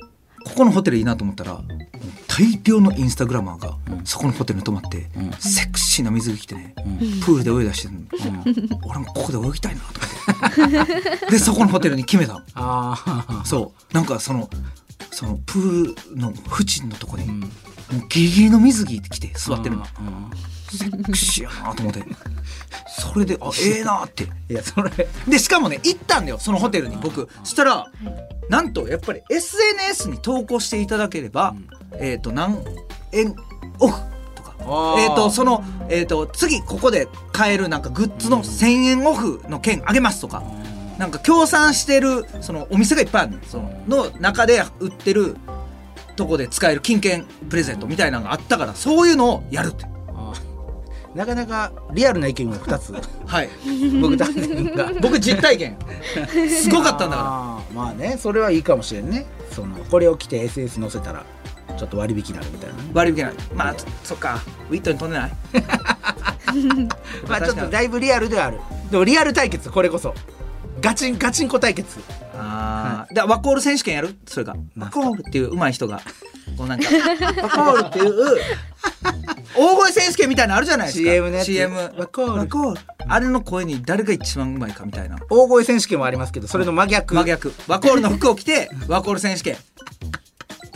[SPEAKER 3] このホテルいいなと思ったら大量のインスタグラマーが
[SPEAKER 2] うん
[SPEAKER 3] そこのホテルに泊まって、
[SPEAKER 2] うん
[SPEAKER 3] セクシーな水着着てね、
[SPEAKER 2] うん
[SPEAKER 3] プールで泳いだりしてるの、俺もここで泳ぎたいなと思
[SPEAKER 2] *laughs*
[SPEAKER 3] ってでそこのホテルに決めたの
[SPEAKER 2] あ
[SPEAKER 3] そうなんかそのそのプールの縁のとこに、
[SPEAKER 2] ん
[SPEAKER 3] もうギリギリの水着着て座
[SPEAKER 2] あ
[SPEAKER 3] ってるのセクシーやなと思ってそれであええなって
[SPEAKER 2] いやそれ
[SPEAKER 3] でしかもね行ったんだよそのホテルに僕したらなんとやっぱり SNS に投稿していただければ、えっ、と何円オフとか
[SPEAKER 2] あー
[SPEAKER 3] えっ、とその、えー、と次ここで買えるなんかグッズの1,000円オフの券あげますとか、なんか協賛してるそのお店がいっぱいあるのよそのの中で売ってるとこで使える金券プレゼントみたいなのがあったからそういうのをやるって
[SPEAKER 2] あーなかなかリアルな意見が2つ
[SPEAKER 3] *laughs* はい
[SPEAKER 2] 僕たちが
[SPEAKER 3] 僕実体 *laughs* 験すごかったんだから
[SPEAKER 2] あーまあねそれはいいかもしれんねそのこれを着て SNS 載せたらちょっと割引になるみたいなね
[SPEAKER 3] 割引ないまあそっかウィットに飛んでない
[SPEAKER 2] *laughs* まあちょっとだいぶリアルではあるでもリアル対決これこそガチンガチンコ対決
[SPEAKER 3] ああ、だからワコール選手権やるそれがワ
[SPEAKER 2] なんすか
[SPEAKER 3] コールっていう上手い人がこうなんか
[SPEAKER 2] *laughs*
[SPEAKER 3] ワコールっていう大声選手権みたいなのあるじゃないですか
[SPEAKER 2] CM のやつ
[SPEAKER 3] CM
[SPEAKER 2] ワコール
[SPEAKER 3] ワコールあれの声に誰が一番上手いかみたいな
[SPEAKER 2] 大声選手権もありますけどそれの真逆
[SPEAKER 3] 真逆ワコールの服を着てワコール選手権こ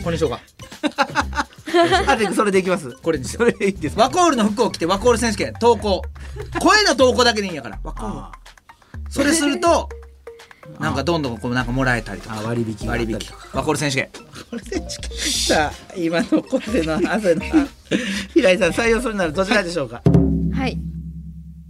[SPEAKER 3] れにしようか
[SPEAKER 2] あでそれでいきます
[SPEAKER 3] これにしよ
[SPEAKER 2] そうれでいいです
[SPEAKER 3] ワコールの服を着てワコール選手権投稿声の投稿だけでいいんやからワコール
[SPEAKER 2] あ
[SPEAKER 3] それする *laughs* となんかどんどんこうなんかもらえたりとか
[SPEAKER 2] あ割引があっ
[SPEAKER 3] 割
[SPEAKER 2] たり
[SPEAKER 3] 引
[SPEAKER 2] とか
[SPEAKER 3] ワコール選手権
[SPEAKER 2] これ選手権さあ今のコーデの汗の平井さん採用するならどちらでしょうか
[SPEAKER 5] はい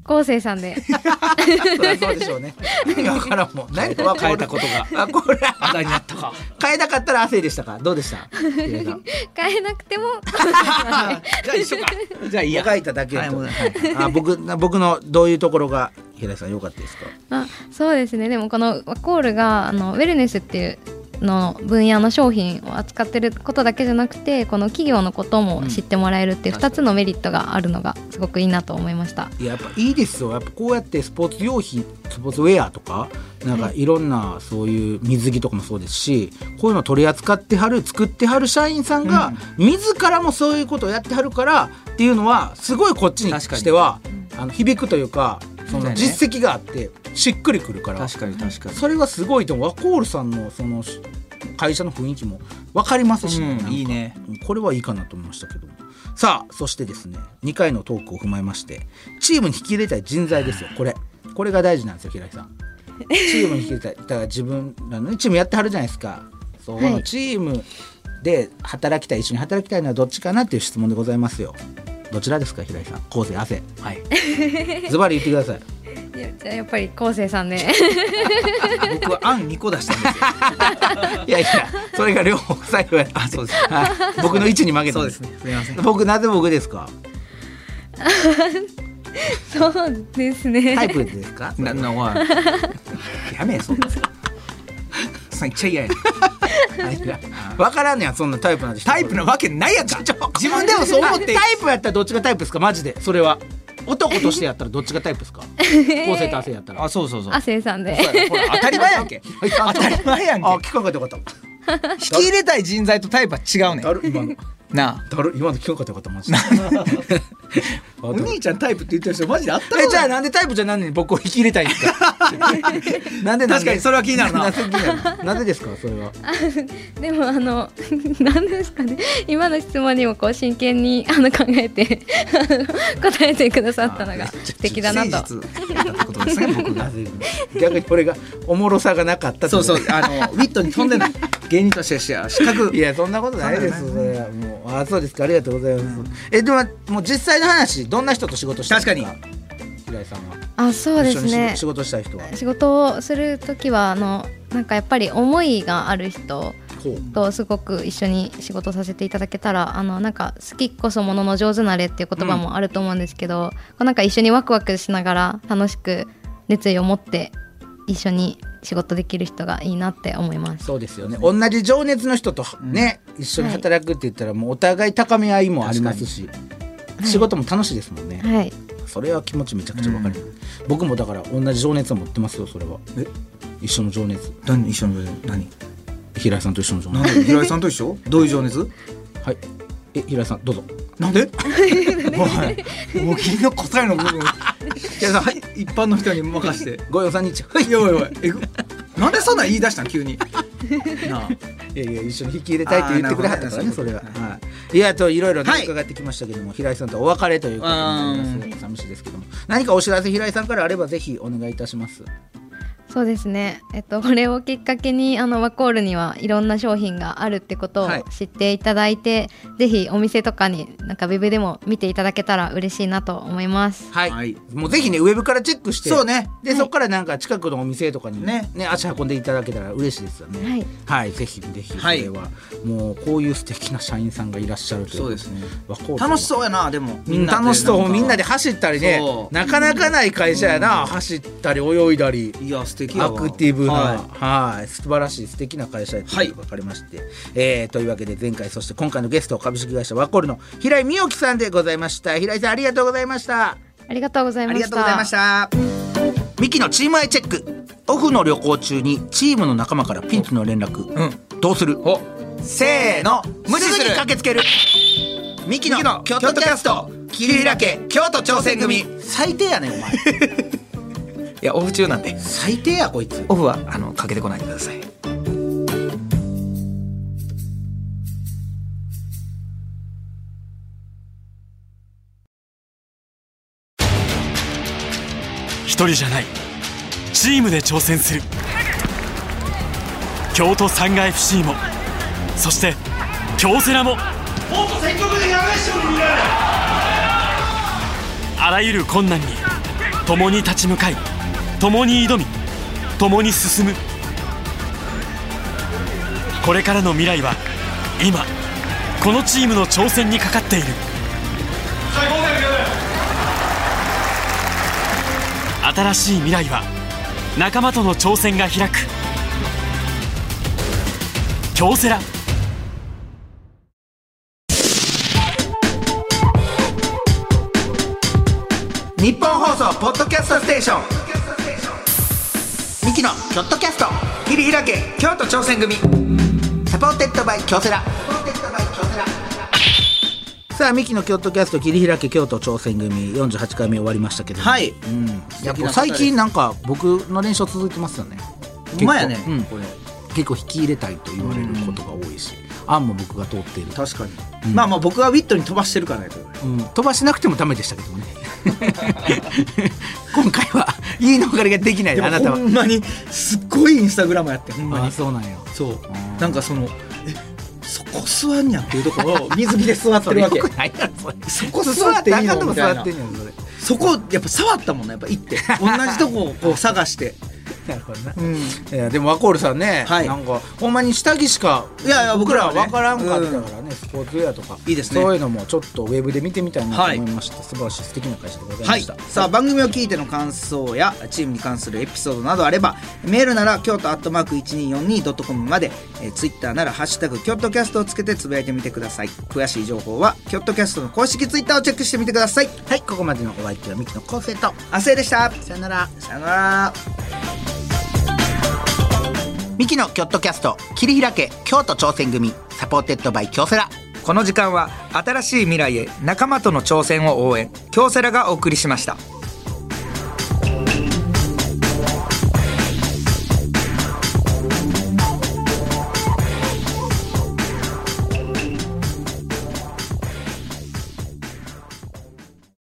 [SPEAKER 5] 昴生さ
[SPEAKER 2] *laughs*
[SPEAKER 5] んで
[SPEAKER 2] そりゃそうでしょう *laughs* ね何が分からんもん何か分か
[SPEAKER 3] 変
[SPEAKER 2] る
[SPEAKER 3] えたことが
[SPEAKER 2] あこれ
[SPEAKER 3] 話題になったか
[SPEAKER 2] 変えなかったら汗でしたかどうでした平井さん
[SPEAKER 5] 変えなくても
[SPEAKER 3] じゃあ一緒かじゃあいい
[SPEAKER 2] も
[SPEAKER 3] や
[SPEAKER 2] がいただけ
[SPEAKER 3] はい
[SPEAKER 2] と
[SPEAKER 3] もがはい
[SPEAKER 2] あ僕な僕のどういうところが平井さん良かったですか
[SPEAKER 5] あそうですねでもこのワコールがあのウェルネスっていうの分野の商品を扱ってることだけじゃなくてこの企業のことも知ってもらえるっていう2つのメリットがあるのがすごくいいなと思いました、
[SPEAKER 2] いややっぱいいですよやっぱこうやってスポーツ用品スポーツウェアとかなんかいろんなそういう水着とかもそうですしこういうのを取り扱ってはる作ってはる社員さんが自らもそういうことをやってはるからっていうのはすごいこっちに
[SPEAKER 3] 確かに
[SPEAKER 2] してはあの響くというかそ
[SPEAKER 3] そう
[SPEAKER 2] の
[SPEAKER 3] ね
[SPEAKER 2] 実績があってしっくりくるから
[SPEAKER 3] 確かに確かに
[SPEAKER 2] それはすごいと思うワコールさんのそのし会社の雰囲気も分かりますし、
[SPEAKER 3] うん
[SPEAKER 2] なんか
[SPEAKER 3] いいね
[SPEAKER 2] これはいいかなと思いましたけどもさあそしてですね2回のトークを踏まえましてチームに引き入れたい人材ですよこれこれが大事なんですよ平井さ
[SPEAKER 3] *laughs*
[SPEAKER 2] んチームに引き入れたいだから自分らのねチームやってはるじゃないですかそう、
[SPEAKER 5] はい
[SPEAKER 2] チームで働きたい一緒に働きたいのはどっちかなっていう質問でございますよどちらですか平井さん昴生汗
[SPEAKER 3] はい
[SPEAKER 2] ズバリ言ってください
[SPEAKER 5] いやじゃあやっぱり昴生さんで *laughs*
[SPEAKER 3] 僕はあん2個出したんですよ
[SPEAKER 2] *laughs* いやいや、それが両方最後やった。そうです。はい、僕の位置に曲げた。
[SPEAKER 3] そうですね。すみません
[SPEAKER 2] 僕なぜ僕ですか。
[SPEAKER 5] そうですね、
[SPEAKER 2] タイプですか。
[SPEAKER 3] *laughs* なんなんおい *laughs* やめえそんなそんなん言っちゃ嫌や
[SPEAKER 2] *laughs* わからんねやそんなタイプなんて人。
[SPEAKER 3] タイプなわけないやんか自分でもそう思って
[SPEAKER 2] タイプやったらどっちがタイプですかマジでそれは男としてやったらどっちがタイプ
[SPEAKER 3] *laughs*
[SPEAKER 2] ですか高生と亜生やったらあ
[SPEAKER 3] そうそうそ
[SPEAKER 5] 亜生さんで
[SPEAKER 3] そうやほら当たり前や *laughs* んけ当たり前やんけ
[SPEAKER 2] 聞かんかったよかった
[SPEAKER 3] 引き入れたい人材とタイプは違うねん *laughs*
[SPEAKER 2] ある今の
[SPEAKER 3] なあ
[SPEAKER 2] だる今の聞かんかったよかったマ
[SPEAKER 3] *laughs*
[SPEAKER 2] ジであ
[SPEAKER 3] お
[SPEAKER 2] だる
[SPEAKER 3] 兄ちゃんタイプって言ってる人マジであった
[SPEAKER 2] え
[SPEAKER 3] の
[SPEAKER 2] じゃあなんでタイプじゃないのに僕を引き入れたいんです
[SPEAKER 3] *laughs*
[SPEAKER 2] かなんでなんで
[SPEAKER 3] 確かにそれは気になるなん
[SPEAKER 2] で気になるなんでですかそれは
[SPEAKER 5] でもあの *laughs* 何ですかね今の質問にもこう真剣にあの考えて答えてくださったのが素敵だなと
[SPEAKER 3] 誠実だったってことですね僕が
[SPEAKER 2] なぜ逆に俺がおもろさがなかったって
[SPEAKER 3] *laughs* そ
[SPEAKER 2] こ
[SPEAKER 3] う
[SPEAKER 2] と
[SPEAKER 3] そうあのウィットに飛んで *laughs* ない芸人としては資
[SPEAKER 2] *laughs*
[SPEAKER 3] 格
[SPEAKER 2] いやそんなことないですそれはもうあそうですかありがとうございます、えでももう実際の話どんな人と仕事したんですか
[SPEAKER 3] 確
[SPEAKER 2] 平井さんは
[SPEAKER 5] あそうです
[SPEAKER 2] 一緒
[SPEAKER 5] ね
[SPEAKER 2] に仕事したい人は
[SPEAKER 5] 仕事をする時はあのなんかやっぱり思いがある人
[SPEAKER 2] こう
[SPEAKER 5] とすごく一緒に仕事させていただけたらあのなんか好きこそものの上手なれっていう言葉もあると思うんですけど、こうなんか一緒にワクワクしながら楽しく熱意を持って一緒に仕事できる人がいいなって思います。
[SPEAKER 2] そうですよね同じ情熱の人とね、一緒に働くって言ったらもうお互い高め合いもありますし仕事も楽しいですもんね、
[SPEAKER 5] はい、
[SPEAKER 2] それは気持ちめちゃくちゃわかる、僕もだから同じ情熱を持ってますよそれは
[SPEAKER 3] え
[SPEAKER 2] 一緒の情熱
[SPEAKER 3] 何一緒の部分何
[SPEAKER 2] 平井さんと一緒の情
[SPEAKER 3] なん
[SPEAKER 2] 熱
[SPEAKER 3] で平井さんと一緒どういう情熱
[SPEAKER 2] はいえ平井さんどうぞ
[SPEAKER 3] なんでおいもう君の答えの部分いやさはい一般の人に任せて
[SPEAKER 2] ごよさんにちゃ
[SPEAKER 3] はいおいおいおいえぐ *laughs* なんでそんなん言い出したん急になあ
[SPEAKER 2] いやいや一緒に引き入れたいって言ってくれはったからね
[SPEAKER 3] あーなる
[SPEAKER 2] そ
[SPEAKER 3] ほど
[SPEAKER 2] れ
[SPEAKER 3] ね
[SPEAKER 2] は、はい、いやといろいろね
[SPEAKER 3] はい
[SPEAKER 2] 伺ってきましたけども、平井さんとお別れということになりますね寂しいですけども何かお知らせ平井さんからあればぜひお願いいたします
[SPEAKER 5] そうですね、えっと、 *laughs* これをきっかけにあのワコールにはいろんな商品があるってことを
[SPEAKER 2] はい
[SPEAKER 5] 知っていただいて、ぜひお店とかになんかウェブでも見ていただけたら嬉しいなと思います。
[SPEAKER 2] はい、
[SPEAKER 3] はい
[SPEAKER 2] もうぜひねウェブからチェックして
[SPEAKER 3] そうね
[SPEAKER 2] で、そこからなんか近くのお店とかにねね足運んでいただけたら嬉しいですよね
[SPEAKER 5] はい、
[SPEAKER 2] はい、ぜひぜひこ
[SPEAKER 3] はい
[SPEAKER 2] れは、もうこういう素敵な社員さんがいらっしゃるという
[SPEAKER 3] そうですね
[SPEAKER 2] 和光さんは
[SPEAKER 3] 楽しそうやなでもみんなで
[SPEAKER 2] 楽しそ
[SPEAKER 3] な
[SPEAKER 2] うん
[SPEAKER 3] か
[SPEAKER 2] みんなで走ったりね
[SPEAKER 3] そう
[SPEAKER 2] なかなかない会社やな、走ったり泳いだり
[SPEAKER 3] いや素敵や
[SPEAKER 2] ア
[SPEAKER 3] わ
[SPEAKER 2] クティブな、はい、
[SPEAKER 3] は
[SPEAKER 2] 素晴らしい素敵な会社やっていうことが分かりまして、えーというわけで前回そして今回のゲスト株式会社ワコールの平井美樹さんでございました平井さんありがとうございました
[SPEAKER 5] ありがとうござい
[SPEAKER 3] いあ
[SPEAKER 5] まし
[SPEAKER 3] りが
[SPEAKER 5] た。
[SPEAKER 3] とうございました
[SPEAKER 2] ミキのチームアイチェックオフの旅行中にチームの仲間からピンチの連絡、
[SPEAKER 3] う
[SPEAKER 2] どうする
[SPEAKER 3] おせーの無
[SPEAKER 2] 無
[SPEAKER 3] 視
[SPEAKER 2] 視
[SPEAKER 3] す
[SPEAKER 2] す
[SPEAKER 3] る
[SPEAKER 2] ぐに駆けつけるミキの京都キャスト桐平家京都挑戦組最低やねんお
[SPEAKER 3] *laughs*
[SPEAKER 2] 前
[SPEAKER 3] いやオフ中なんで
[SPEAKER 2] 最低やこいつ
[SPEAKER 3] オフはあのかけてこないでください
[SPEAKER 6] 一人じゃないチームで挑戦する京都サンガ FC もそして京セラもあらゆる困難に共に立ち向かい共に挑み共に進むこれからの未来は今このチームの挑戦にかかっている新しい未来は仲間との挑戦が開く京セラ
[SPEAKER 2] 日本放送ポッドキャストステーションミキのキョットキャスト桐平家京都挑戦組サポーテッドバイ京セラさあミキの京都キャスト桐平家京都挑戦組48回目終わりましたけども
[SPEAKER 3] はい
[SPEAKER 2] うん、やっぱ最近なんか僕の練習続いてますよね
[SPEAKER 3] ほんまやね
[SPEAKER 2] 結構うん
[SPEAKER 3] これ
[SPEAKER 2] 結構引き入れたいと言われることが多いし、案も僕が通っている、
[SPEAKER 3] 確かにまあまあ僕はウィットに飛ばしてるからやけど
[SPEAKER 2] うん、飛ばしなくてもダメでしたけどね今回は *laughs* 言い逃れができない
[SPEAKER 3] でも
[SPEAKER 2] あなたは
[SPEAKER 3] ほんまにすっごいインスタグラムやってほんま
[SPEAKER 2] あ
[SPEAKER 3] に
[SPEAKER 2] そうなんよ
[SPEAKER 3] そうなんかそのえそこ座んやっていうとこ
[SPEAKER 2] *laughs*
[SPEAKER 3] ろを水着で座ってるわけ
[SPEAKER 2] よくないやろそれ
[SPEAKER 3] そこ座っていい
[SPEAKER 2] 座ってあか
[SPEAKER 3] のみたい
[SPEAKER 2] んとこ座
[SPEAKER 3] な
[SPEAKER 2] ってんねんそれ
[SPEAKER 3] そこやっぱ触ったもんなやっぱ行って同じとこをこう探して
[SPEAKER 2] *laughs* なるほどな
[SPEAKER 3] うん
[SPEAKER 2] いやでもワコールさんね、
[SPEAKER 3] はい
[SPEAKER 2] なんかほんまに下着しか
[SPEAKER 3] いやいや
[SPEAKER 2] 僕
[SPEAKER 3] 僕
[SPEAKER 2] ら
[SPEAKER 3] ら
[SPEAKER 2] は
[SPEAKER 3] は
[SPEAKER 2] 分
[SPEAKER 3] ね
[SPEAKER 2] からんかったからね、スポーツウェアとか
[SPEAKER 3] いいですね
[SPEAKER 2] そういうのもちょっとウェブで見てみたいなと
[SPEAKER 3] はい
[SPEAKER 2] 思いました、素晴らしい素敵な会社でございま
[SPEAKER 3] はい
[SPEAKER 2] した、
[SPEAKER 3] さあ番組を聞いての感想やチームに関するエピソードなどあればメールなら京都アットマーク 1242.com までえーツイッターなら「ハッシュタグ京都キャスト」をつけてつぶやいてみてください詳しい情報は京都キャストの公式ツイッターをチェックしてみてください
[SPEAKER 2] はい、ここまでのお相手はミキの昴生と
[SPEAKER 3] 亜生でしたさよならさよなら
[SPEAKER 2] ミキのキョットキャスト桐平家京都挑戦組サポーテッドバイ京セラこの時間は新しい未来へ仲間との挑戦を応援京セラがお送りしました